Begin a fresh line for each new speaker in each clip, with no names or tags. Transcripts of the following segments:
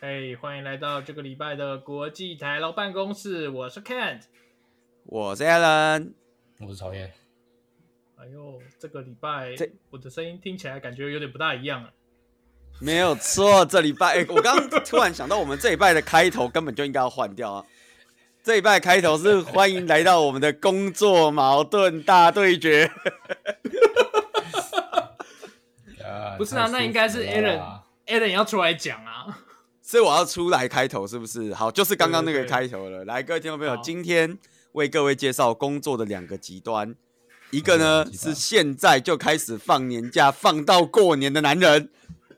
嘿哎欢迎来到这个礼拜的国际台劳办公室，我是 Kent。
我是 Alan，
我是曹燕，
哎呦，这个礼拜
这
我的声音听起来感觉有点不大一样啊。
没有错。这礼拜， 哎、我刚刚突然想到，我们这礼拜的开头根本就应该要换掉啊。这礼拜的开头是欢迎来到我们的工作矛盾大对决。
啊
不是啊，那应该是 Alan
Aaron，
Alan 要出来讲啊。
所以我要出来开头，是不是？好，就是刚刚那个
对对对
开头了。来，各位听众朋友
好，
今天为各位介绍工作的两个极端，一个呢
嗯极
是
端
现在就开始放年假，放到过年的男人；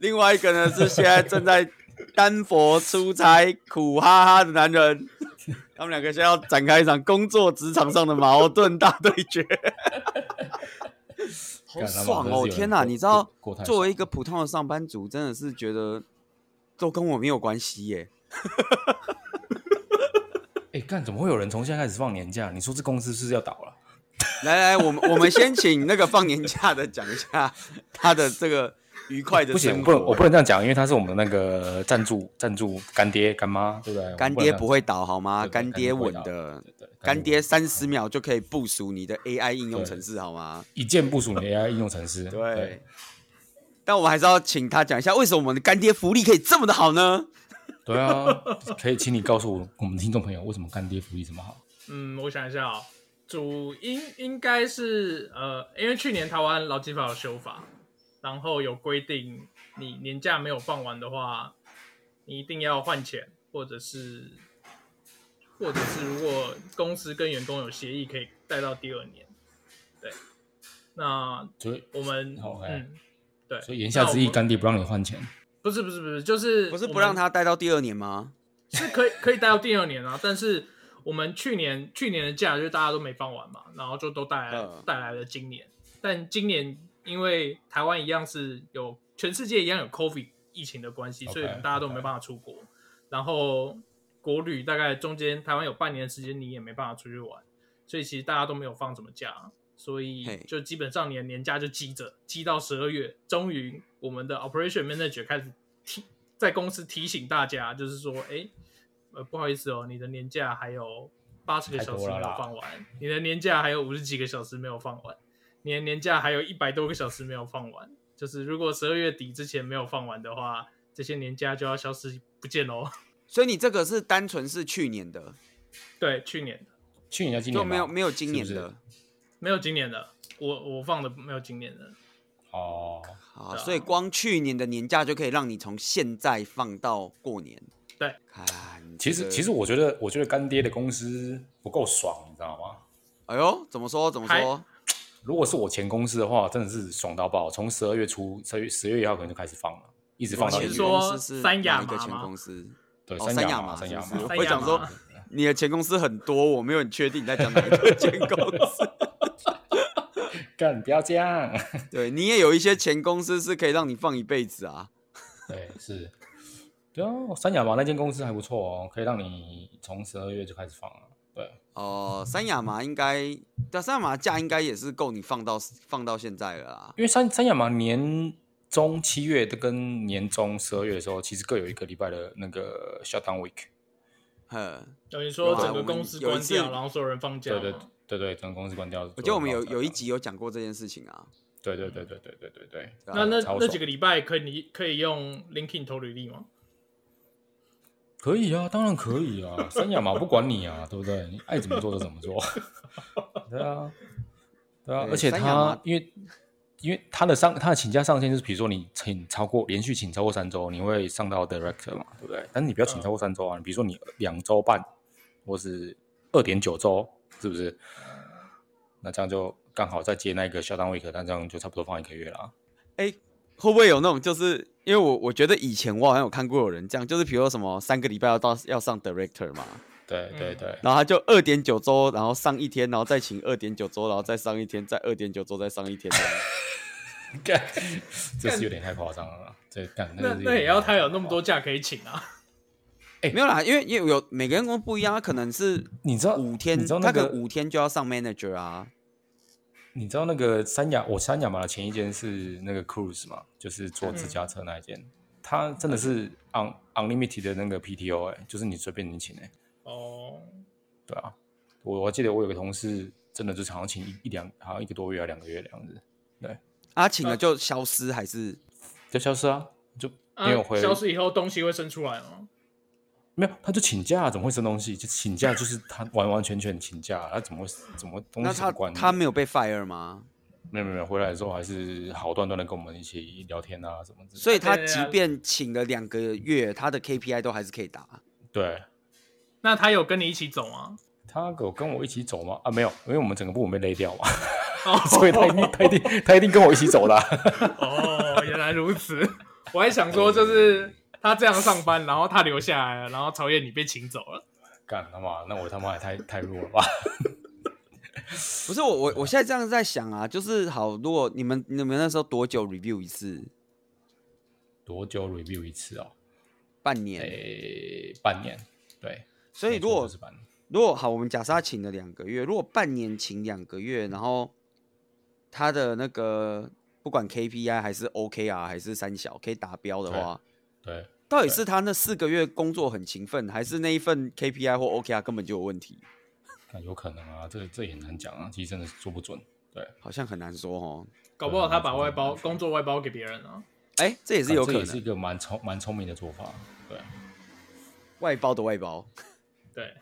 另外一个呢是现在正在丹佛出差，苦哈哈的男人。他们两个现在要展开一场工作职场上的矛盾大对决，好爽哦！天哪，你知道作为一个普通的上班族，真的是觉得都跟我没有关系耶。
哎，干怎么会有人从现在开始放年假？你说这公司是不是要倒了？
来来，我们我们先请那个放年假的讲一下他的这个愉快的
不行，
生活。
我不能，我不能这样讲，因为他是我们那个赞助赞助干爹干妈，对不对？
干爹不会倒好吗？
对对干
干爹
爹不会
稳
倒
的，
对，
干爹三十秒就可以部署你的 AI 应用程式好吗？
一键部署你的 AI 应用程式，
对，。但我们还是要请他讲一下，为什么我们的干爹福利可以这么的好呢？
对啊，可以，请你告诉我我们听众朋友，为什么干爹福利这么好？
嗯，我想一下哦，主因应该是呃，因为去年台湾劳基法有修法，然后有规定，你年假没有放完的话，你一定要换钱，或者是，或者是如果公司跟员工有协议，可以带到第二年。对，那
所以，
我们
好，OK
嗯，对，
所以言下之意，
那我们
干爹不让你换钱，
不是不是不是，就是
不是
我
不
们
让他待到第二年吗？
是可以可以待到第二年啊，但是我们去年去年的假就大家都没放完嘛，然后就都带来
嗯
带来了今年，但今年因为台湾一样是有全世界一样有 COVID 疫情的关系，
OK，
所以我们大家都没办法出国，然后国旅大概中间台湾有半年的时间你也没办法出去玩，所以其实大家都没有放什么假。啊所以
嘿
就基本上你的年假就积着，积到十二月，终于我们的 operation manager 开始提在公司提醒大家，就是说，哎、呃，不好意思哦，你的年假还有八十个小时没
太多了
有
啦
放完，你的年假还有五十几个小时没有放完，你的年假还有一百多个小时没有放完。就是如果十二月底之前没有放完的话，这些年假就要消失不见喽。
所以你这个是单纯是去年的，
对，去年的
去年到今
就
年
没有
吧
没有今年
是不是
的。
没有今年的，我我放的没有今年的。
哦，
好，
对啊
所以光去年的年假就可以让你从现在放到过年。
对，
看，
其实，其实，我觉得，我觉得干爹的公司不够爽，你知道吗？
哎呦，怎么说？怎么说？
如果是我前公司的话，真的是爽到爆，从十二月初，十月十月一号可能就开始放了，一直放到
你
前
是
一月
说
公哦司是
三亚
哪一个
麻
前
吗
公司？
对
哦
三
亚
嘛，
是
三亚
不是
嘛，
三
我
亚
想说
嘛，
你的前公司很多，我没有很确定你在讲哪一个前公 司。
干不要这样，
对你也有一些前公司是可以让你放一辈子啊。
对是， 对啊，三亚嘛那间公司还不错哦，可以让你从十二月就开始放了，对，
哦，三亚麻应该，但三亚麻假应该也是够你放到放到现在了啦。
因为三三亚嘛年中七月的跟年中十二月的时候，其实各有一个礼拜的那个 shutdown week，
呵，
等于说
有啊
整个
我们
公司
有一
关
次
掉，然后所有人放假
对
嘛。
对对对，整个公司关掉，
啊我觉得我们有有一
集，
集有讲过这件事情啊。
对对对对对对对对，
对啊
那那
超爽
那几个礼拜可以你可以用 LinkedIn 投履历吗？
可以啊，当然可以啊， 三亚嘛不管你啊， 对不对？你爱怎么做就 怎么做。对啊，对啊，
对
而且
三亚
他
嘛
因为因为他的上他的请假上限就是，比如说你请超过连续请超过三周，你会上到 director 嘛，对不对？但是你不要请超过三周
嗯
啊，你比如说你两周半或是二点九周，是不是？那这样就刚好再接那个小单位课，那这样就差不多放一个月啦。
会不会有那种就是因为我我觉得以前我好像有看过有人这样，就是比如说什么三个礼拜要到要上 director 嘛，
对对
嗯
对，
然后他就二点九周，然后上一天，然后再请二点九周，然后再上一天，再二点九周，再上一天这 样。
干， 这是有点太夸张了啦。这干
嗯那
个是啊
那也
点
要
太
他
夸
有
张
那么
了
多假可以请啊。
哎
没有啦，因为因为有每个人工不一样，他可能是
你知道
五天，
你知道
他
那
可
个
能五天就要上 manager 啊。
你知道那个三亚，我三亚嘛的
嗯
前一间是那个 cruise 嘛，就是坐自家车那一间，他真的是 on unlimited 的那个 PTO，哎、就是你随便你请哎、
哦，
对啊，我我记得我有个同事真的就是好像请一一两，好像一个多月啊两个月的样子，
啊，请了就消失还是？
就消失啊，就
啊
没有回，
消失以后东西会生出来吗？
没有，他就请假，怎么会生东西？就请假就是他完完全全请假，他怎么会怎么东
那
西怎
他
么关？
他没有被 fire 吗？
没有没有没有回来的时候还是好端端的跟我们一起聊天啊什么之类的，
所以他
对对
即
对
便请了两个月，他的 KPI 都还是可以达。
对。
那他有跟你一起走吗？
他有跟我一起走吗？啊，没有，因为我们整个部门被勒掉嘛，
哦
所以他一定他一定他一定跟我一起 走的啊、
哦，原来如此。我还想说，就是他这样上班，然后他留下来了，然后曹烨你被请走了。
干他妈，那我他妈也太太弱了吧？
不是我我我现在这样在想啊，就是好，如果你们你们那时候多久 review 一次？
多久 review 一次哦？
半年。
诶、半年，对。
所以
哎没
如
错
果
就是半年
如果好，我们假设他请了两个月，如果半年请两个月，然后他的那个不管 KPI 还是 OKR、还是三小可以达标的话，
对，
到底是他那四个月工作很勤奋，还是那一份 KPI 或 OKR、根本就有问题？
那有可能啊，这这也很难讲啊，其实真的是说不准。对，
好像很难说哦。
搞不好他把外包工作外包给别人了、
哎、这也是有
这
可
也是一
能，
个蛮聪蛮聪明的做法。对，
外包的外包。
对，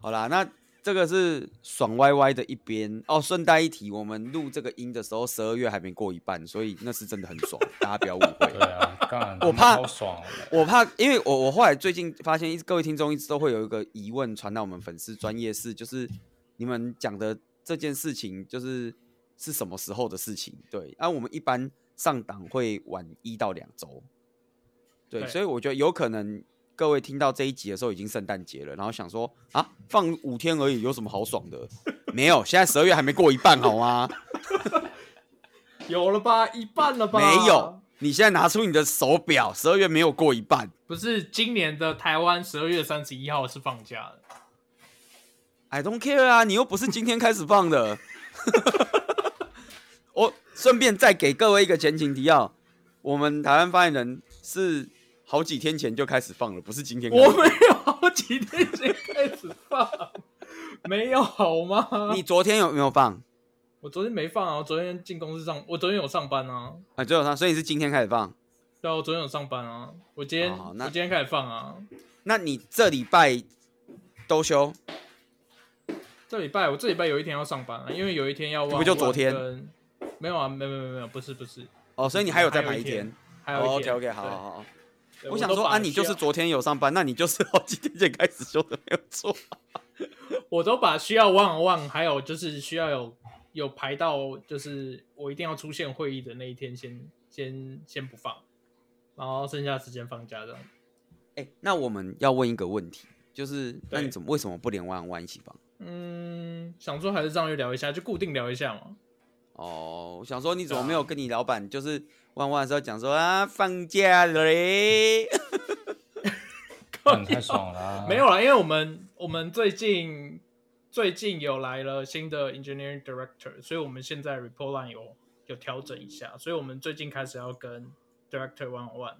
好啦，那这个是爽歪歪的一边哦。顺带一提，我们录这个音的时候，十二月还没过一半，所以那是真的很爽，大家不要误会。
对 啊，干，
我怕
好爽、欸。
我怕，因为我我后来最近发现，一直各位听众一直都会有一个疑问传到我们粉丝专业是，就是你们讲的这件事情，就是是什么时候的事情？对，那、我们一般上档会晚一到两周，对，
对
所以我觉得有可能各位听到这一集的时候已经圣诞节了，然后想说啊，放五天而已，有什么好爽的？没有，现在十二月还没过一半，好吗？
有了吧，一半了吧？
没有，，你现在拿出你的手表，十二月没有过一半。
不是今年的台湾十二月三十一号是放假的，
I don't care 啊，你又不是今天开始放的。 我顺便再给各位一个前情提要，我们台湾发言人是好几天前就开始放了，不是今天开始
我没有好几天前开始放，没有好吗？
你昨天有没有放？
我昨天没放啊，我昨天进公司上，我昨天有上班啊，
啊，昨天有上，所以你是今天开始放。
对啊，我昨天有上班啊，我今天、
哦
我
那
今天开始放啊，
那你这礼拜都休？
这礼拜我这礼拜有一天要上班啊，因为有一天要忘
这不就昨天？
忘跟没有啊，没有没有没有没有，不是不是，
哦，所以你还有再
还
排
有一
一天哦
天。还有一天。
OK OK，好
对
好好。
对
我想
都
说
把
啊，你就是
需要
昨天有上班，那你就是好几天前开始休的，没有错。
我都把需要忘忘，还有就是需要有有排到，就是我一定要出现会议的那一天先先先不放，然后剩下时间放假这样。
哎、那我们要问一个问题，就是那你
对
怎么为什么不连万万一起放？
嗯，想说还是上月聊一下，就固定聊一下嘛。
哦，我想说你怎么
对啊
没有跟你老板就是万万的时候讲说啊放假了嘞？
干太爽 了、啊。
没有啦，因为我们我们最近最近有来了新的 engineering director，所以我们现在 report line 有有调整一下，所以我们最近开始要跟 director one on one。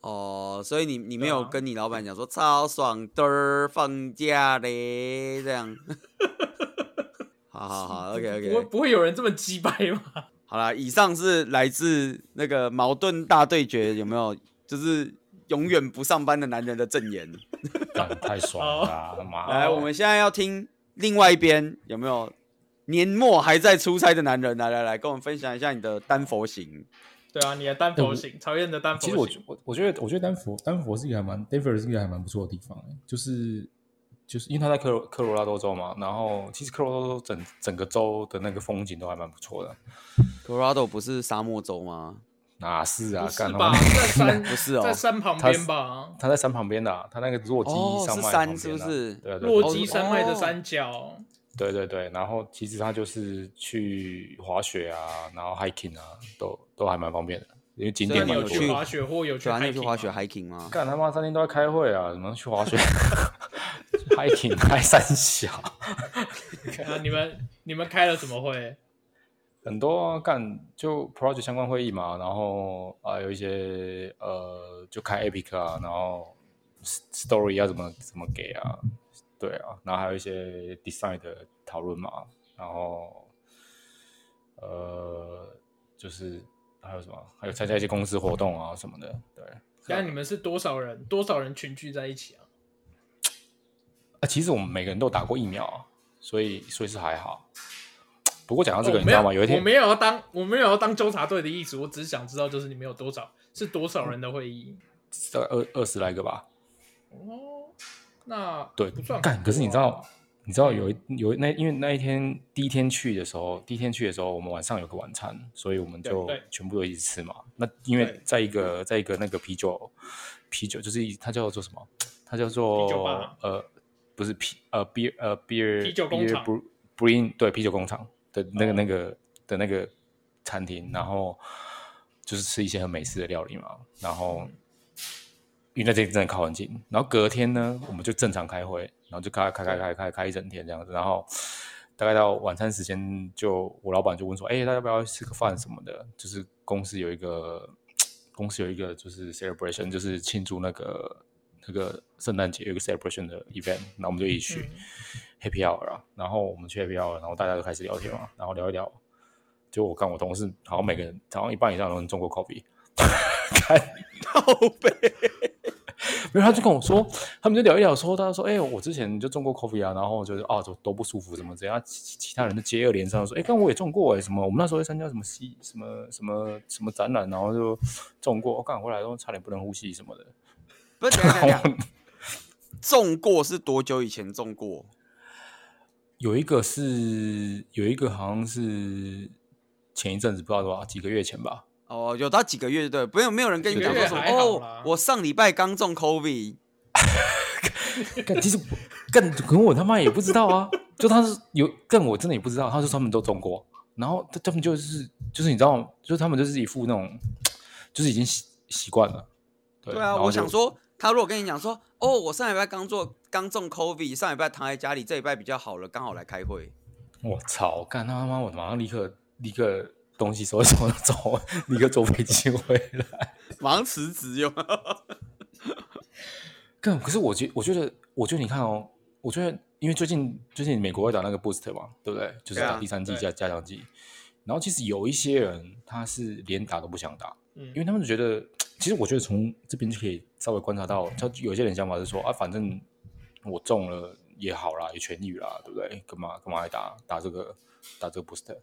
哦，所以你你没
对啊
有跟你老板讲说超爽的儿放假嘞这样。好好好，OK
不会
OK，
不会有人这么鸡掰吗？
好啦，以上是来自那个矛盾大对决，有没有？就是永远不上班的男人的证言。
干太爽了、啊，他妈的！
来，我们现在要听另外一边有没有年末还在出差的男人？来来来，跟我们分享一下你的单佛行。
对啊，你的单佛型，曹燕的单
嗯其实
佛
我
型，
我我觉得，我觉得丹佛丹佛是一个还蛮 Denver 是一个还蛮不错的地方、欸，就是就是因为它在科罗科罗拉多州嘛，然后其实科罗拉多州整整个州的那个风景都还蛮不错的。
Colorado 不是沙漠州吗？
哪是啊
不，是
干
吧？
他妈
在山
不是哦
在山旁边吧？
它在山旁边的啊、它那个落基
哦
山
是
脉
山
旁边啊
是不是
对啊对啊
哦
落基山脉的山脚，
对对对，然后其实它就是去滑雪啊，然后 hiking 啊，都都还蛮方便的，因为景
所以
点
你
蛮
有
多
去
的。
滑雪或有去
对啊，你有去
hiking
滑雪
吗
hiking 吗？
干他妈三天都在开会啊，怎么去滑雪？hiking 开三小。
啊 啊，你们你们开了什么会？
很多啊干就 project 相关会议嘛，然后啊、有一些呃就看 epic 啊，然后 s- story 要怎么怎么给啊，对啊，然后还有一些 design 的讨论嘛，然后呃就是还有什么，还有参加一些公司活动啊什么的，对。
那你们是多少人？多少人群聚在一起啊？
啊，其实我们每个人都打过疫苗啊，所以所以是还好。不过讲到这个，
哦
你知道吗？
没有
有一
我
天
没有要当，我没有要当纠察队的意思，我只是想知道，就是你们有多少是多少人的会议。
大概二二十来个吧，
哦，那
对
不算，啊
干。可是你知道，，你知道有一有一那因为那一天第一天去的时候，第一天去的时候，我们晚上有个晚餐，所以我们就
对对
全部都一起吃嘛。那因为
对
在一个在一个那个啤酒啤酒就是一它叫做什么？它叫
啤酒
做
吧
呃不是啤呃 beer 呃 beer
啤酒工
beer
厂哦
bre- brewing 对啤酒工厂的那个那个的那个餐厅，然后就是吃一些很美式的料理嘛，
嗯
然后。因为那天真的靠很近，然后隔天呢，我们就正常开会，然后就开开开开开开一整天这样子，然后大概到晚餐时间就，我老板就问说：“哎、大家要不要吃个饭什么的？”就是公司有一个公司有一个就是 celebration，就是庆祝那个那个圣诞节有一个 celebration 的 event，那我们就一起去、happy hour 啊，然后我们去 happy hour，然后大家就开始聊天嘛，然后聊一聊，就我看我同事好像每个人好像一半以上都能中过 coffee。
靠背，
没有，他就跟我说，他们就聊一聊说，他说，哎、我之前就中过 COVID 啊，然后就是啊，都都不舒服，怎么怎样，其其他人就接二连三地说，哎、刚我也中过哎、什么，我们那时候在参加什么西什么什么什么展览，然后就中过，我、赶回来都差点不能呼吸什么的，
不是，等一下等一下，中过是多久以前中过？
有一个是有一个好像是前一阵子不知道多少几个月前吧，
哦，有到几个月对，没有没有人跟你讲说
几
什
个
么
月还好
哦
啦，
我上礼拜刚中 COVID，
干，其实我干，可能我他妈也不知道啊。就他是有，但我真的也不知道，他说他们都中过，然后他他们就是就是你知道，就是他们就是一副那种，就是已经习习惯了。对
对
然
啊，
后
我
就
想说，他如果跟你讲说哦，我上礼拜刚做刚中 COVID，上礼拜躺在家里，这礼拜比较好了，刚好来开会，
我操，干他妈！我马上立刻立刻东西收一收就走，立刻坐飞机回来。
马上辞职哟。
干，可是我觉我觉得，我觉得你看哦，我觉得因为最近最近美国要打那个 boost 嘛，对不对？就是
对啊
打第三剂
对
加加强剂。然后其实有一些人他是连打都不想打，
嗯，
因为他们觉得，其实我觉得从这边就可以稍微观察到，他有些人想法是说啊，反正我中了也好啦，也痊愈啦，对不对？干嘛干嘛还打打这个打这个 booster？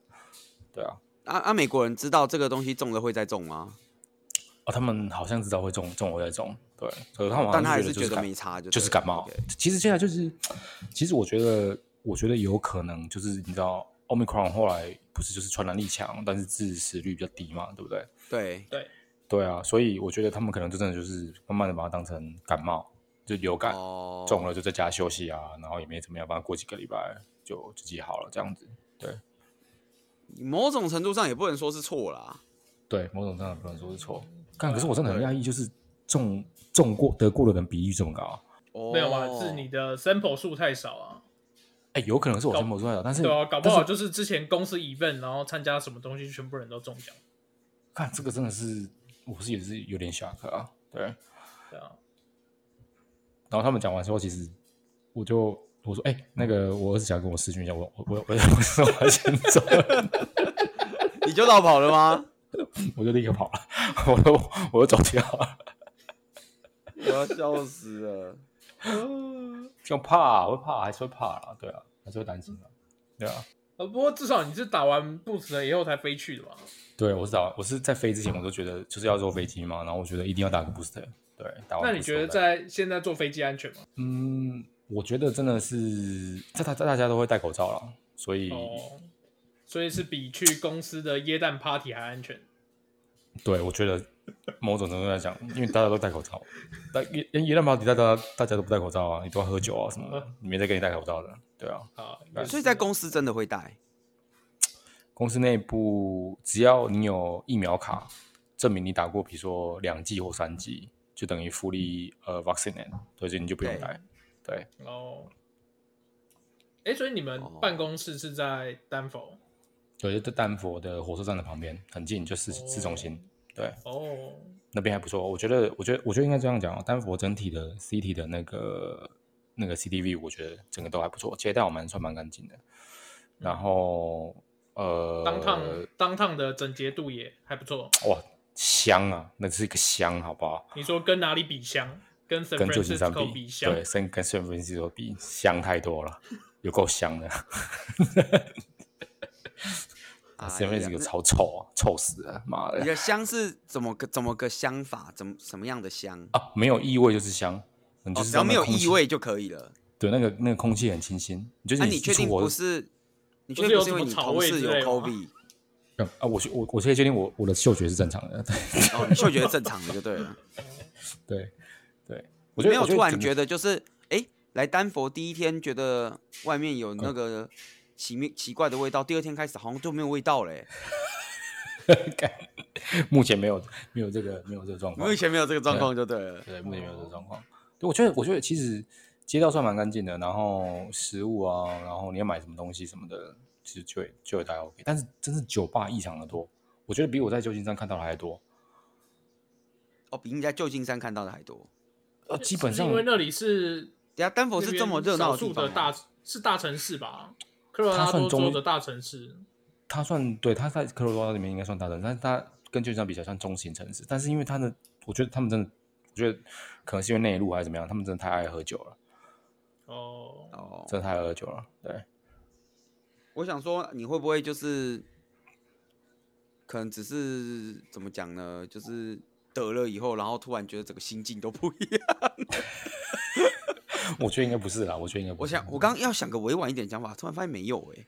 对啊，
啊啊！美国人知道这个东西中了会再中吗？
哦，他们好像知道会中中，我在中，对，可是他们好
但他
像
还
就是觉
觉得
感
没差，就
就是感冒
OK。
其实现在就是，其实我觉得，我觉得有可能就是你知道，omicron 后来不是就是传染力强，但是致死率比较低嘛，对不对？
对，
对，
对啊，所以我觉得他们可能就真的就是慢慢的把它当成感冒，就流感。
哦，
中了就在家休息啊，然后也没怎么样，反正过几个礼拜就自己好了这样子。对
某种程度上也不能说是错啦。
对，某种程度上不能说是错。但可是我真的很讶异，就是中中过得过的人比例这么高啊。
哦，
没有吧？是你的 sample 数太少啊。
哎，有可能是我先某出来的，但是
对啊，搞不好
但是
就是之前公司 event，然后参加什么东西，全部人都中奖。
看这个真的是，我是也是有点下课啊。对，然
对啊，
后他们讲完之后，其实我就我说，哎、那个我儿子想跟我私讯一下，我我我我我说我先走了，
你就绕跑 了吗？
我就立刻跑了，我都我就走掉了，
我要笑死了。
就怕、啊、会怕，还是会怕啦，对啊，还是会担心的、对啊。
呃，不过至少你是打完 boost 了以后才飞去的吧？
对，啊我是打，我是在飞之前我都觉得就是要坐飞机嘛，然后我觉得一定要打个 booster。对，打
那
完
你
booster
觉得
我再？
在现在坐飞机安全吗？
嗯，我觉得真的是在大大家都会戴口罩了，所以、
哦，所以是比去公司的椰蛋 party 还安全。
对我觉得某种程度来讲，因为大家都戴口罩，但一一旦跑底大家大家都不戴口罩啊，你都要喝酒啊什么的，你没在给你戴口罩的，对啊。
啊，
所以在公司真的会带
公司内部只要你有疫苗卡，证明你打过，比如说两剂或三剂，就等于复利呃 vaccinated，所以你就不用
对
戴。对，哦
哦，哎，所以你们办公室是在丹佛？
对，就在丹佛的火车站的旁边，很近，就市市中心，对，
哦，
那边还不错。我觉得，我觉得，我觉得应该这样讲哦，丹佛整体的 city 的那个那个 CDV，我觉得整个都还不错，街道蛮算蛮干净的。然后，呃，
嗯当趟当趟的整洁度也还不错。
哇，香啊，那是一个香，好不好？
你说跟哪里比香？跟 San
跟旧金山
Francisco 比香？
对，跟跟 San Francisco 比香太多了，有够香 的。
哎啊
San Francisco 超臭啊，臭死了，妈
你
的
的香是怎么个怎么个香法？怎么什么样的香？
啊！没有异味就是香，你就
哦，
是
只要
让
没
那
有
空
异
气，
味就可以了。
对，那个那个空气很清新，就是
那
你
你
一
确
出
定
我
不是？你
不
确
是
定
有
是
什
因为
么
你
草
同
味
事
之
有
类的吗
COVID，
嗯啊？我我我可以确定我我的嗅觉是正常的， 对
哦，你嗅觉正常的就对了。
对对，
我
我觉得
没有
我
突然
整个
觉得就是，哎、来丹佛第一天觉得外面有那
嗯
个奇妙奇怪的味道，第二天开始好像就没有味道欸 嘞、
干目前没有没有这个没有这个状况，
目前没有这个状况就对了。
对，目前没有这个状
哦
况。对，我觉得，我觉得其实街道算蛮干净的，然后食物啊，然后你要买什么东西什么的，其实就也就也大概 OK。但是真是酒吧异常的多，我觉得比我在旧金山看到的还多。
哦，比你在旧金山看到的还多。
呃，基本
是
上
因为那里是
等下丹佛
我
哦是这么热闹
少数
地方啊
的
吗
大是大城市吧？科罗
它
拉
算
多
中
州的大城市，
它算对，它在科罗拉多里面应该算大城市，但是它跟旧金山比起来算中型城市。但是因为它的，我觉得他们真的，我觉得可能是因为内陆还是怎么样，他们真的太爱喝酒了，
哦，
哦，
真的太爱喝酒了。对，
我想说你会不会就是，可能只是怎么讲呢？就是得了以后，然后突然觉得整个心境都不一样。
我觉得应该不是啦，我觉得应该不
我
是。
想我刚要想个委婉一点讲法，突然发现没有哎、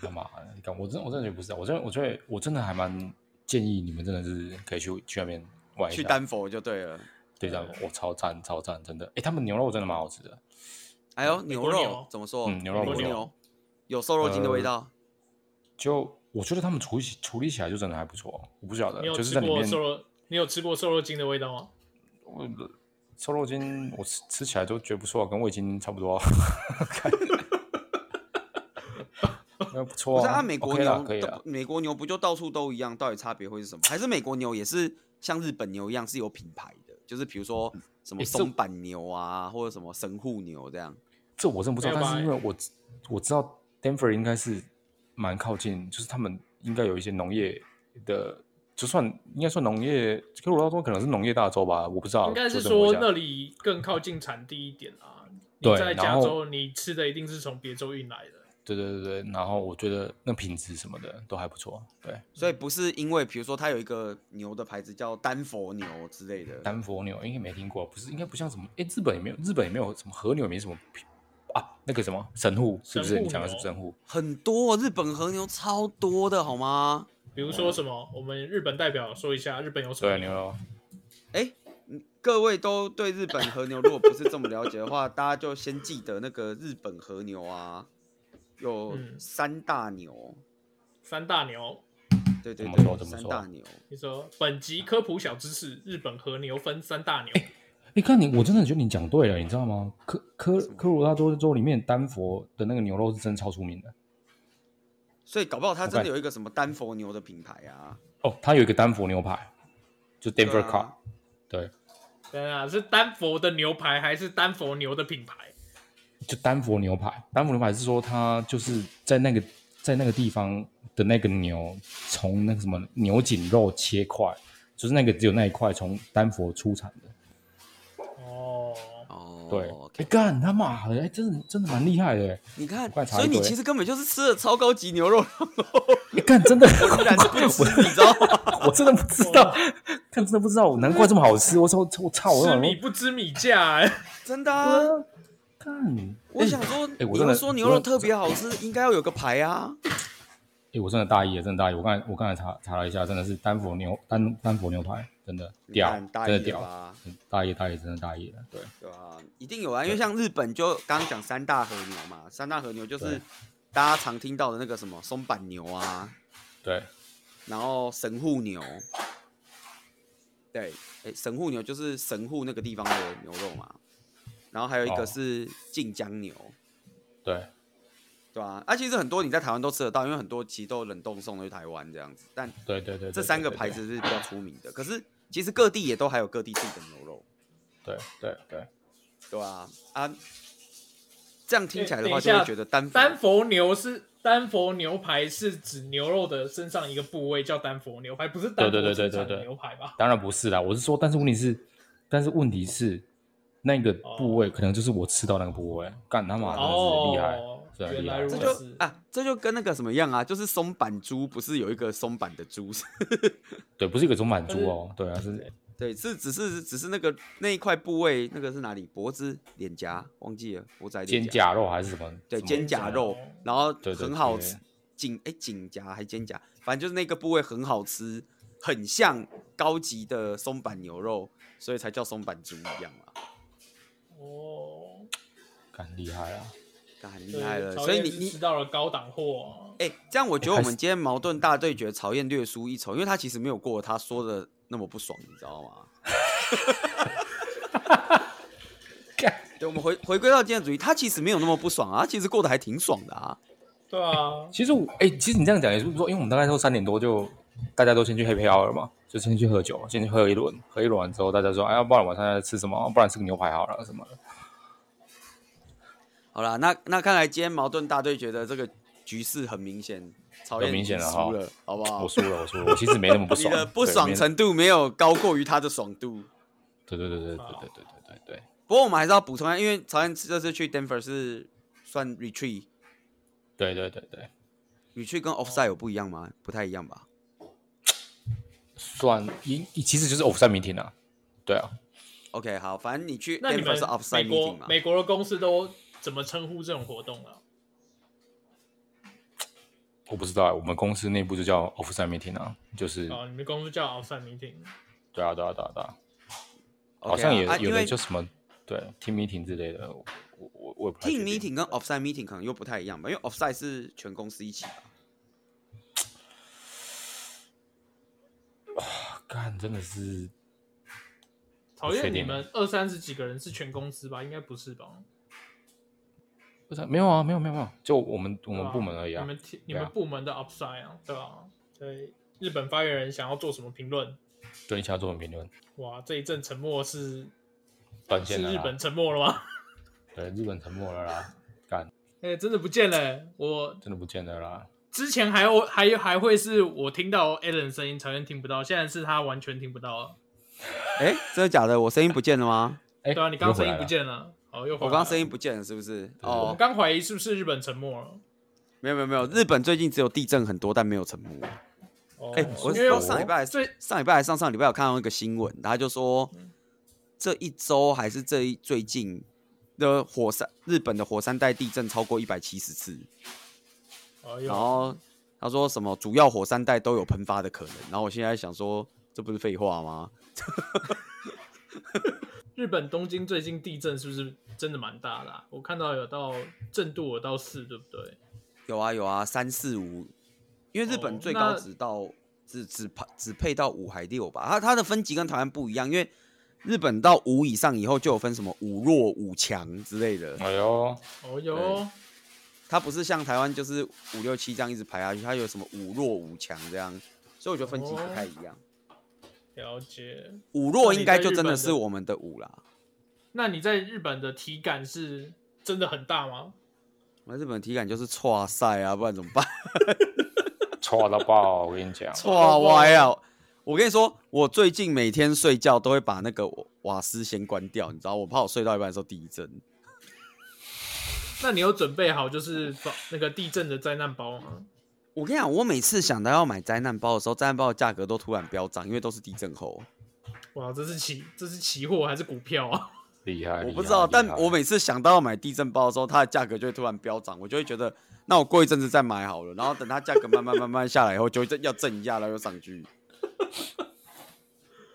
干嘛？干我真我真的觉得不是啊，我真的我觉得我真的还蛮建议你们真的是可以去去那边玩一
去
下，
丹佛就对了。
对这样我超赞超赞，真的。哎，他们牛肉真的蛮好吃的，
哎呦，
美
牛
国
肉
牛
怎么说？
嗯牛肉
美国
我有
牛有瘦肉精的味
呃
道。
就我觉得他们处理起处理起来就真的还不错，我不晓
哦
得
你有
就是
吃
在里
过
面哦
瘦肉？你有吃过瘦肉精的味道吗？
我瘦肉精我吃吃起来都觉得不错啊，跟味精差不多啊， 看那不错
不
啊，
是啊，美国
OK
牛、
啦可以啊
都，美国牛不就到处都一样？到底差别会是什么？还是美国牛也是像日本牛一样是有品牌的？就是比如说什么
诶这
松板牛啊，或者什么神户牛这样。
这我真不知道，
没有吧
但是因为我知我知道 Denver 应该是蛮靠近，就是他们应该有一些农业的，就算应该算农业，科罗拉多可能是农业大州吧，我不知道。
应该是
纠正我一
说
下
那里更靠近产地一点啊。你
对
在
然
加
后
州，你吃的一定是从别州运来的。
对对对对，然后我觉得那品质什么的都还不错，对，
所以不是因为比如说它有一个牛的牌子叫丹佛牛之类的。
丹佛牛应该没听过，不是应该不像什么，哎，日本也没有，日本也没有什么和牛，也没什么品啊，那个什么神户是不
神
是？
户
你讲的
牛
是神户？
很多日本和牛超多的好吗？
比如说什么，我们日本代表说一下，日本有什么
哦对，啊牛肉
哎、嗯各位都对日本和牛如果不是这么了解的话，大家就先记得那个日本和牛啊，有
嗯
三大牛，
三大牛。
对对
怎么说
对，
怎么
三
说
大牛。
你说本集科普小知识：日本和牛分三大 牛。
你哎看你，我真的觉得你讲对了，你知道吗？科科
什么
科罗拉多州里面丹佛的那个牛肉是真超出名的
所以搞不好他真
我
的
看
有一个什么丹佛牛的品牌啊。
哦，它有一个丹佛牛排，就 Denver
对
Car，、
啊
对，
对啊，是丹佛的牛排还是丹佛牛的品牌？
就丹佛牛排。丹佛牛排是说它就是在那个在那个地方的那个牛，从那个什么牛颈肉切块，就是那个只有那一块从丹佛出产的。
哦，
哦，
对，哎
OK
干、他妈的，哎，真的真的蛮厉害的，哎
你看
快，查一
所以你
堆
其实根本就是吃了超高级牛 肉，
哎干、真的，
我居然不 吃，你知道吗？
我真的不知道，看真的不知道，难怪这么好吃。我操，我操，我
吃
想
米
说
不知米价、哎
真的啊！
干，
我想说，
哎
你
我真的
们说牛
我
肉特别好吃，应该要有个牌啊。
哎、我真的大意了，真的大意。我刚才我刚才查查了一下，真的是丹佛牛丹丹佛牛排，真的
你
屌
看，大
真
意
的
了
屌，嗯
吧？
大意大意，真的大意了。对，
对啊，一定有啊，因为像日本就刚刚讲三大和牛嘛，三大和牛就是大家常听到的那个什么松板牛啊，
对，
然后神户牛，对，哎，神户牛就是神户那个地方的牛肉嘛，然后还有一个
哦
是晋江牛，
对，
对啊，啊，其实很多你在台湾都吃得到，因为很多其实都冷冻送去台湾这样子。但
对对对，对
这三个
对对
牌子是比较出名的，可是其实各地也都还有各地自己的牛肉，
对对对，
对啊，啊，这样听起来的
等一
话就
下
会觉得单
丹佛牛是丹佛牛排是指牛肉的身上一个部位叫丹佛牛排，不是丹
对
佛
对对
生
对
产的
对对
牛排吧？
当然不是啦，我是说，但是问题是，但是问题是，那个部位可能就是我吃到那个部位，干他妈真的是厉害，
哦，
是很
原
厉
来
害
如
这
此，
就啊，这就跟那个什么样啊，就是松板猪，不是有一个松板的猪？
对，不是一个中满猪哦，对啊，是
对，是只是只是那个那一块部位，那个是哪里？脖子、脸颊，忘记了，脖子还是
肩
脸颊？
胛肉还是什么？
对，
什么
肩胛肉，然后
对对
很好
对
吃，颈哎颈夹还肩胛，反正就是那个部位很好吃，很像高级的松板牛肉，所以才叫松板猪一样嘛。
哦，
干厉害啊！
干很
对
厉害了，
曹
所以
燕
你
是
你
吃到了高档货，啊
哎、这样我觉得我们今天矛盾大对决，曹燕略输一筹，因为他其实没有过他说的那么不爽，你知道 吗？
干
对，我们回回归到今天的主题，他其实没有那么不爽啊，他其实过得还挺爽的啊。
对 啊，
其实我哎、其实你这样讲也是不错，因为我们大概都三点多就大家都先去 Happy Hour 嘛，就先去喝酒，先去喝一轮，喝一轮完之后，大家说，哎，要不然晚上要吃什么？不然吃个牛排好了什么的。
好啦，那那看来今天矛盾大对决的这个局势很明显，曹燕
很明显了哈
输了，好不好
我？输了，我输了，我其实没那么不
你
爽，
的不
对
爽。程度没有高过于他的爽度。
对对对对对对对对对对。
不过我们还是要补充一下，因为曹燕这次去 Denver 是算 retreat，retreat
对对对对，
跟 offside 有不一样吗？不太一样吧？
算一其实就是 offside meeting 啊，对啊，
OK，好，反正你去
那你
Denver
们
是
美
offside meeting
国
嘛？
美国的公司都怎么称呼这种活动啊？
我不知道、欸，我们公司内部就叫 offside meeting 啊，就是、
哦，你们公司叫 outside meeting，
对啊对啊对啊对啊，
OK
好像也、
啊啊
有
因为
的叫什么对 team meeting 之类的，我我我我也不太
team
确定
meeting 跟 offside meeting 可能又不太一样吧，因为 offside 是全公司一起吧。
干真的是
曹
确
燕，
定
你们二三十几个人是全公司吧？应该不是吧？
不是没有啊没有没有没有，就我们我
我
们部门而已啊
你，们 t- 你们部门的 upside 啊，对吧、对，日本发言人想要做什么评论？
对，想要做文评论，
哇，这一阵沉默是
断
是
线了
日
啦，
本沉默了吗？
对日本沉默了啦，
哎、真的不见了、我
真的不见了啦，
之前还有还有还会是我听到 Alan 声音，曹燕听不到，现在是他完全听不到了。
哎、真的假的？我声音不见了吗？
哎、
对啊，你刚刚声音
又回来
不
了，
见了，哦，又回来
我
了
刚刚声音，不见了，是不是？
我
哦
们，刚怀疑是不是日本沉默了。
没有没有没有，日本最近只有地震很多，但没有沉没。
哦，
哎、我
因为
我上礼拜
最
上礼拜还上上礼拜有看到一个新闻，他就说这一周还是这一最近的火山，日本的火山带地震超过一百七十次，
哦
然
有
后他说什么主要火山带都有喷发的可能，然后我现在想说，这不是废话吗？
日本东京最近地震是不是真的蛮大的啊、我看到有到震度有到四，对不对？
有啊有啊，三四五，因为日本
哦
最高
那
只到、只只配只配到五还六吧，它它的分级跟台湾不一样，因为日本到五以上以后就有分什么五弱五强之类的，
哎呦，
哦有。
它不是像台湾就是五六七这样一直排下去，它有什么五弱五强这样，所以我觉得分级不太一样。
了解。
五弱应该就真
哦那你在日本
的
的
是我们的五啦，
那你在日本的体感是真的很大吗？
我们日本体感就是挫赛啊，不然怎么办？
错到爆，我跟你讲，
挫歪啊！我跟你说，我最近每天睡觉都会把那个瓦斯先关掉，你知道，我怕我睡到一半的时候地震。
那你有准备好就是保那个地震的灾难包吗？
我跟你讲，我每次想到要买灾难包的时候，灾难包的价格都突然飙涨，因为都是地震后。
哇，这是期这是期货还是股票啊？
厉害，
我
厉
不
害
知道，
厉
但
害
我每次想到要买地震包的时候，它的价格就会突然飙涨，我就会觉得，那我过一阵子再买好了。然后等它价格慢慢慢慢下来以后，就会要震一下，然后又上 去。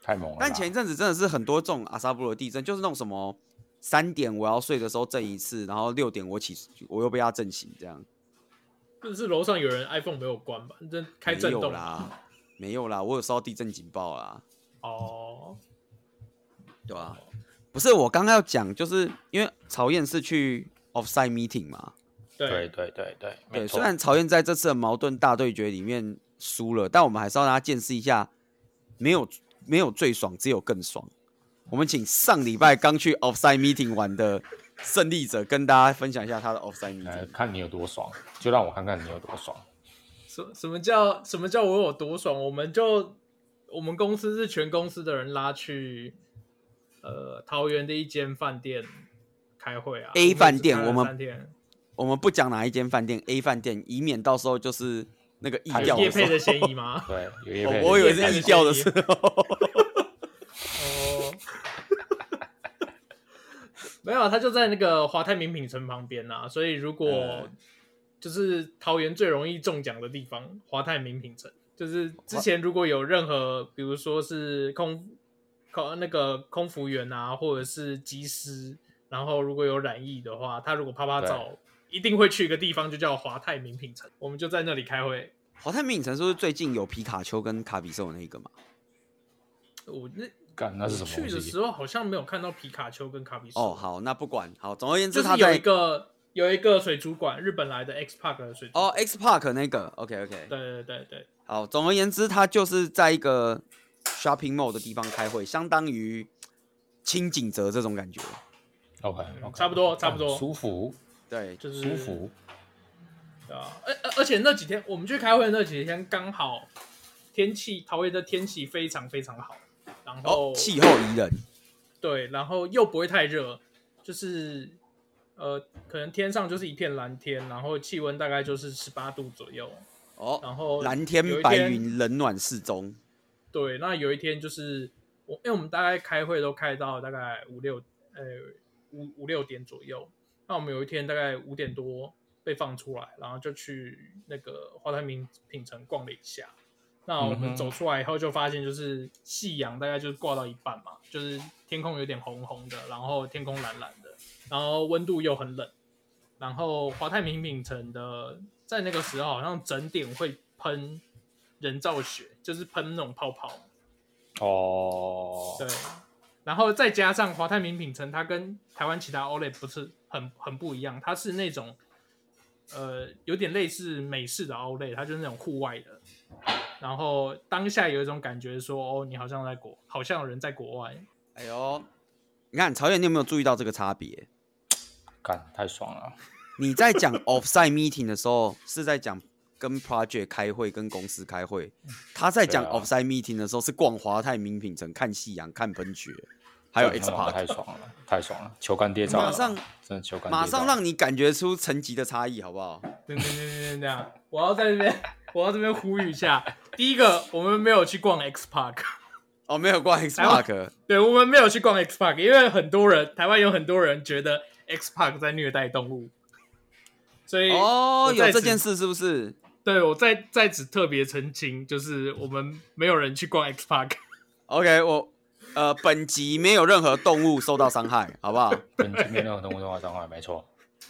太猛了啦，
但前一阵子真的是很多这种阿萨布罗地震，就是那种什么三点我要睡的时候震一次，然后六点我起我又被它震醒，这样
这是楼上有人 iPhone 没有关吧？这开
没
震
有
动
啦，没有啦，我有收到地震警报啦。
哦，
对啊，不是我刚刚要讲，就是因为曹燕是去 offside meeting 嘛，
对
对
对对对，没
对，
错
虽。然曹燕在这次的矛盾大对决里面输了，但我们还是要让他见识一下，没有没有最爽，只有更爽。我们请上礼拜刚去 offside meeting 玩的胜利者跟大家分享一下他的 offside
来
哎
meeting。
看你有多爽，就让我看看你有多爽。
什什么叫什么叫我有多爽？我们就我们公司是全公司的人拉去呃桃园的一间饭店开会啊
A 饭店
我
我
只
们
开了三天
我们不讲哪一间饭店 A 饭店，以免到时候就是那个意
还有？
调
有业
的
配
时
的嫌疑吗
对，有叶
候，
配
哦，我以为
业配
是
的
意调的时
嫌
候。
哦， 没有啊，他就在那个华泰名品城旁边啊，所以如果
嗯
就是桃园最容易中奖的地方，华泰名品城，就是之前如果有任何，比如说是空空那个空服员啊，或者是机师，然后如果有染疫的话，他如果啪啪照，一定会去一个地方，就叫华泰名品城，我们就在那里开会。
华泰哦名影城是不是最近有皮卡丘跟卡比兽那个嘛？
我那
干那是什么
去
东
的
西？
时候好像没有看到皮卡丘跟卡比兽
哦，好，那不管好，总而言之
就是
他
有一
在
个有一个水族馆，日本来的 X Park 的水族
哦
馆。
X Park 那个，OK OK。
对对对对，
好，总而言之，他就是在一个 shopping mall 的地方开会，相当于清景泽这种感觉。
OK，
嗯差不多差不多
舒服
对，
就是
舒服，
对啊，而而而且那几天我们去开会的那几天刚好天气，桃园的天气非常非常好，然后、
哦，气候宜人，
对，然后又不会太热，就是呃，可能天上就是一片蓝天，然后气温大概就是十八度左右，
哦，
然后
蓝
有
天
一
白云，冷暖适中。
对，那有一天就是我，因为我们大概开会都开到大概五六，呃，五五六点左右。那我们有一天大概五点多被放出来，然后就去那个华泰名品城逛了一下。那我
嗯哼
们走出来以后，就发现就是夕阳大概就是挂到一半嘛，就是天空有点红红的，然后天空蓝蓝的，然后温度又很冷。然后华泰名品城的在那个时候好像整点会喷人造雪，就是喷那种泡泡。
哦。
对，然后再加上华泰名品城，它跟台湾其他 Olay 不是很很不一样，它是那种呃有点类似美式的 Olay，它就是那种户外的。然后当下有一种感觉说，哦，你好像在国，好像有人在国外。
哎呦，你看曹远，你有没有注意到这个差别？
干太爽了，
你在讲 offsite meeting 的时候，是在讲跟 project 开会、跟公司开会；他在讲
对啊
offsite meeting 的时候，是逛华泰名品城、看夕阳、看喷雪，还有
干
X
他妈
Park。
太爽了，太爽了，球干跌照了，啊
马上
真的球干跌照，
马上让你感觉出层级的差异，好不好？
等等等等等，我要在这边，我要这边呼吁一下。第一个，我们没有去逛 X Park，
哦，没有逛 X
台湾
Park，
对我们没有去逛 X Park，因为很多人，台湾有很多人觉得 X Park 在虐待动物，所以
哦
哎我，在
有这
此
件事是不是？
对我在在此特别澄清，就是我们没有人去逛 X Park，
OK，我呃，本集没有任何动物受到伤害，好不好？
跟前面那个东东啊话伤害，没错，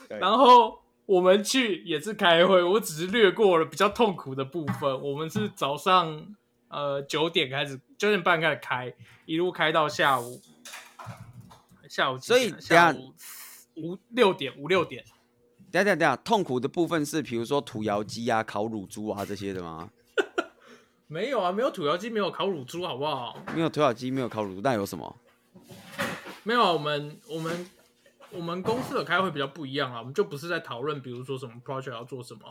对
然后我们去也是开会，我只是略过了比较痛苦的部分。我们是早上呃九点开始，九点半开始开，一路开到下午，下午几
所以
点啊
等下
下午五六点五六点，
等一下等一下等一下，痛苦的部分是比如说土窑鸡啊、烤乳猪啊这些的吗？
没有啊，没有土窑鸡，没有烤乳猪，好不好？
没有土窑鸡，没有烤乳猪，那有什么？
没有啊，我们我们我们公司的开会比较不一样啊，我们就不是在讨论，比如说什么 project 要做什么，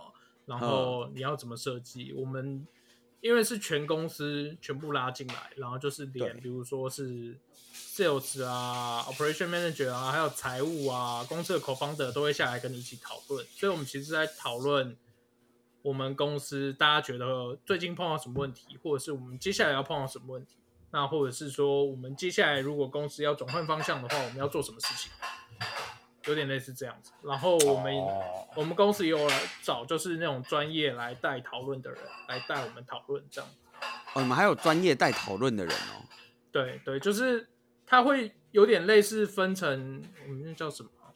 然后你要怎么设计。我们因为是全公司全部拉进来，然后就是连
对
比如说是 sales 啊、operation manager 啊，还有财务啊、公司的 co-founder 都会下来跟你一起讨论。所以我们其实在讨论我们公司大家觉得最近碰到什么问题，或者是我们接下来要碰到什么问题。那或者是说，我们接下来如果公司要转换方向的话，我们要做什么事情？有点类似这样子。然后 我们、
哦
我们公司也有来找，就是那种专业来带讨论的人来带我们讨论这样。
哦，你们还有专业带讨论的人哦。
对对，就是它会有点类似分成我们那叫什么啊？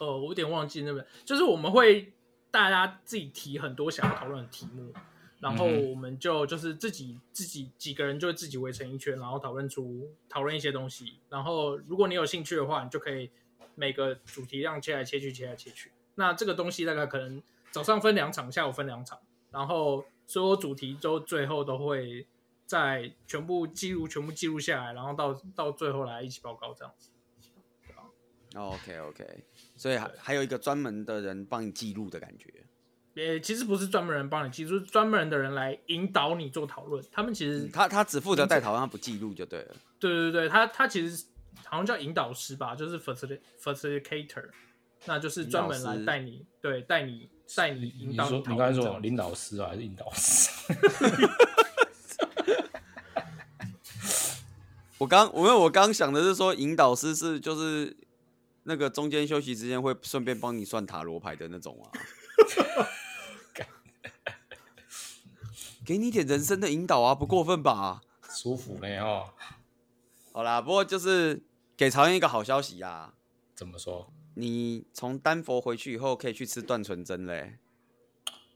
呃，我有点忘记那边，就是我们会大家自己提很多想要讨论的题目，然后
嗯哼
我们就就是自己自己几个人就会自己围成一圈，然后讨论出讨论一些东西，然后如果你有兴趣的话，你就可以每个主题让切来切去，切来切去，那这个东西大概可能早上分两场，下午分两场，然后所有主题都最后都会在全部记录、全部记录下来，然后到到最后来一起报告这样子。
OK OK，所以还还有一个专门的人帮你记录的感觉。
也呃其实不是专门人帮你记，就是专门的人来引导你做讨论。他们其实
嗯他他只负责带讨论，他不记录就对了。
对对对，他他其实好像叫引导师吧，就是 facil- facilitator，那就是专门来带你，对，带你带你引
你
导
说
讨
你刚才
论这
说
样子。
领导师啊，还是引导师？
我刚我因为我刚想的是说，引导师是就是那个中间休息之间会顺便帮你算塔罗牌的那 种啊。给你一点人生的引导啊，不过分吧？
舒服呢哦，
好啦，不过就是给曹燕一个好消息啦，
怎么
哦
说？
你从丹佛回去以后可以去吃断纯真嘞。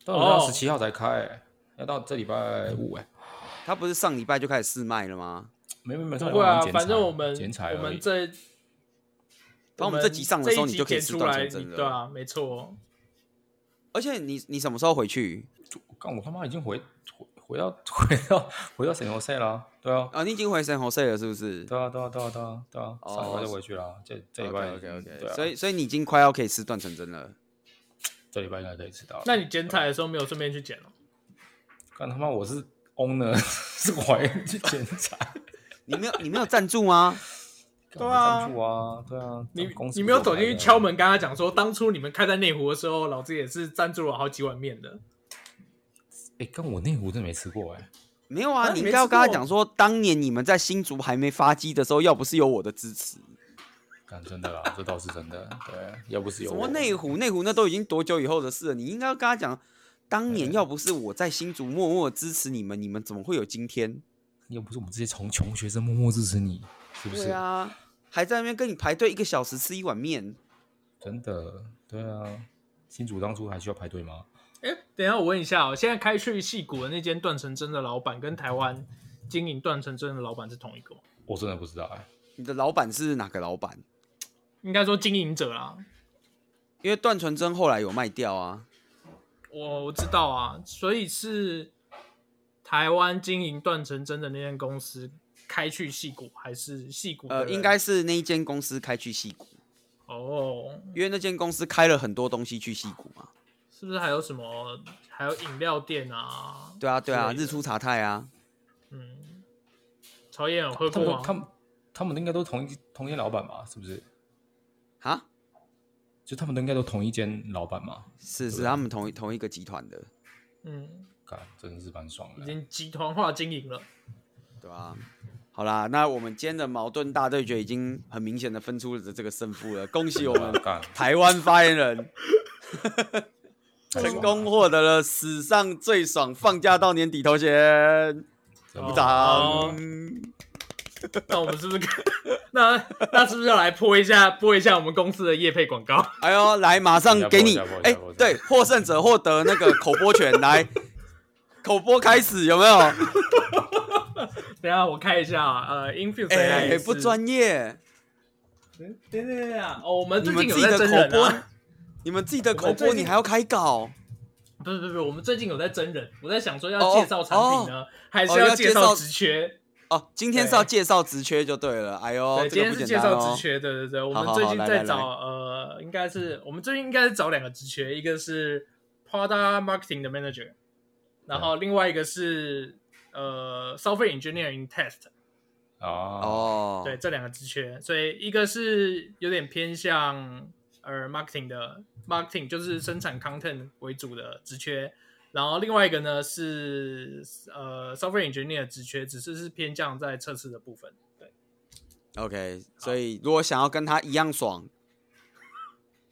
但我要十七号才开、要到这礼拜五哎、
他不是上礼拜就开始试卖了吗？
没没没，
不会啊，
这礼拜我们剪
反正我们
彩剪彩而已
我们这
当我们这集上的时候你就可
这
以
一集
吃
剪出
断
来，
层针
你
了
对啊，没错，
而且你你什么时候回去？
干我他妈已经回回回到 回到回到沈游赛了啊，对啊，
啊，你已经回神侯赛了，是不是？
对啊，对啊，对啊，对啊，对啊，
哦
上礼拜就回去了，这这礼拜
OK OK OK，
对啊，
所以所以你已经快要可以吃断层针了。
这礼拜应该可以吃到了。
那你剪彩的时候没有顺便去剪哦？
干他妈我是 owner，是 怀孕去剪彩，
你没有你没有赞助吗？
干
对
我
啊
赞助啊，对啊，
你
公司
你没有
不是
走
我
进去
开的
敲，门跟他讲说，当初你们开在内湖的时候，老子也是赞助了好几碗面的。
哎，干我内湖真没吃过哎，
没有啊，
啊
你
你
应
没
该要
吃
跟他
过
讲说，当年你们在新竹还没发迹的时候，要不是有我的支持，
干真的啦，这 倒是真的，对，要不是有啊
什
我
么内湖内湖那都已经多久以后的事了？你应该要跟他讲，当年要不是我在新竹默默地支持你们，你们怎么会有今天？
要不是我们这些穷穷学生默默支持你，是不是
对？啊，还在那边跟你排队一个小时吃一碗面，
真的，对啊，新主当初还需要排队吗？
哎，等一下我问一下哦，现在开去戏谷的那间断层针的老板跟台湾经营断层针的老板是同一个吗？
我真的不知道哎，
你的老板是哪个老板？
应该说经营者啦。
因为段纯真后来有卖掉啊。
我我知道啊，所以是台湾经营断层针的那间公司开去戏谷，还是戏谷的人？
呃，应该是那一间公司开去戏谷，
哦，
因为那间公司开了很多东西去戏谷嘛。
是不是还有什么？还有饮料店啊？
对啊，对
之
啊，
类的
日出茶太啊，
嗯，曹燕有喝
他们
过
都
吗？
他们他们应该都同一同一间老板吧？是不是？
啊，
就他们都应该都同一间老板嘛？
是是，他们同一同一个集团的，
嗯，
干，真的是蛮爽
已
的。
经集团化经营了。
对啊。好啦，那我们今天的矛盾大对决已经很明显的分出了这个胜负了，恭喜我 们
干，
台湾发言人
太爽了
成功，获得了史上最爽放假到年底头衔，
真
鼓
的
哦
掌！
那我们是不是 那那是不是要来播一下播一下我们公司的业配广告？
哎呦，来，马上给你
加坡加坡，
哎
加坡，
对，获胜者获得那个口播权， 来，口播开始，有没哎有？
等一下我看一下啊，呃，Infuse
哎、
AI
不
是
专业，
等等等等啊！哦，我们
你
最
们
近
自
有
己
在
的
真
口
人
播，
啊，
你们自己的口
我最
播，
近
你还要开稿？
不是不是不是，我们最近有在真人，我在想说要
哦
介绍产品呢，还是
哦要
介
介绍
职缺？
哦，今天是要介绍职缺就对了。哎呦，
对，
这
今
个
天
不
是
简
介
单
绍
哦
职。缺，对对对，我
好
们
好
最近
来来
在
来
找呃，应该是我们最近应该是找两个职缺，一个是 product marketing 的 manager，然后另外一个是呃 software engineering test，
哦，
哦，
对，这两个职缺，所以一个是有点偏向呃 marketing 的 marketing，就是生产 content 为主的职缺，然后另外一个呢是呃 software engineer 的职缺，只是是偏向在测试的部分。对，
o k 所以如果想要跟他一样爽，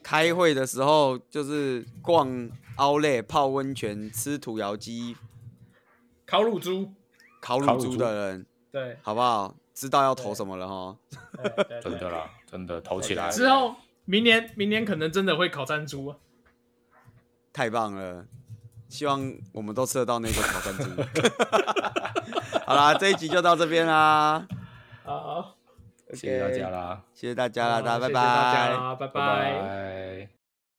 开会的时候就是逛 Outlet、泡温泉、吃土窑鸡、
烤乳猪，
烤乳
烤乳
猪
猪
的人，
对，
好不好？知道要投什么了哈。
对对
真的
对
啦，真的投起来。
之后明年明年可能真的会烤山猪啊，
太棒了！希望我们都吃得到那个烤山猪。好啦，这一集就到这边啦，
好，
谢谢大家啦，
谢谢大家啦，大
好
家拜
谢谢
拜。
大家啦，拜
拜拜。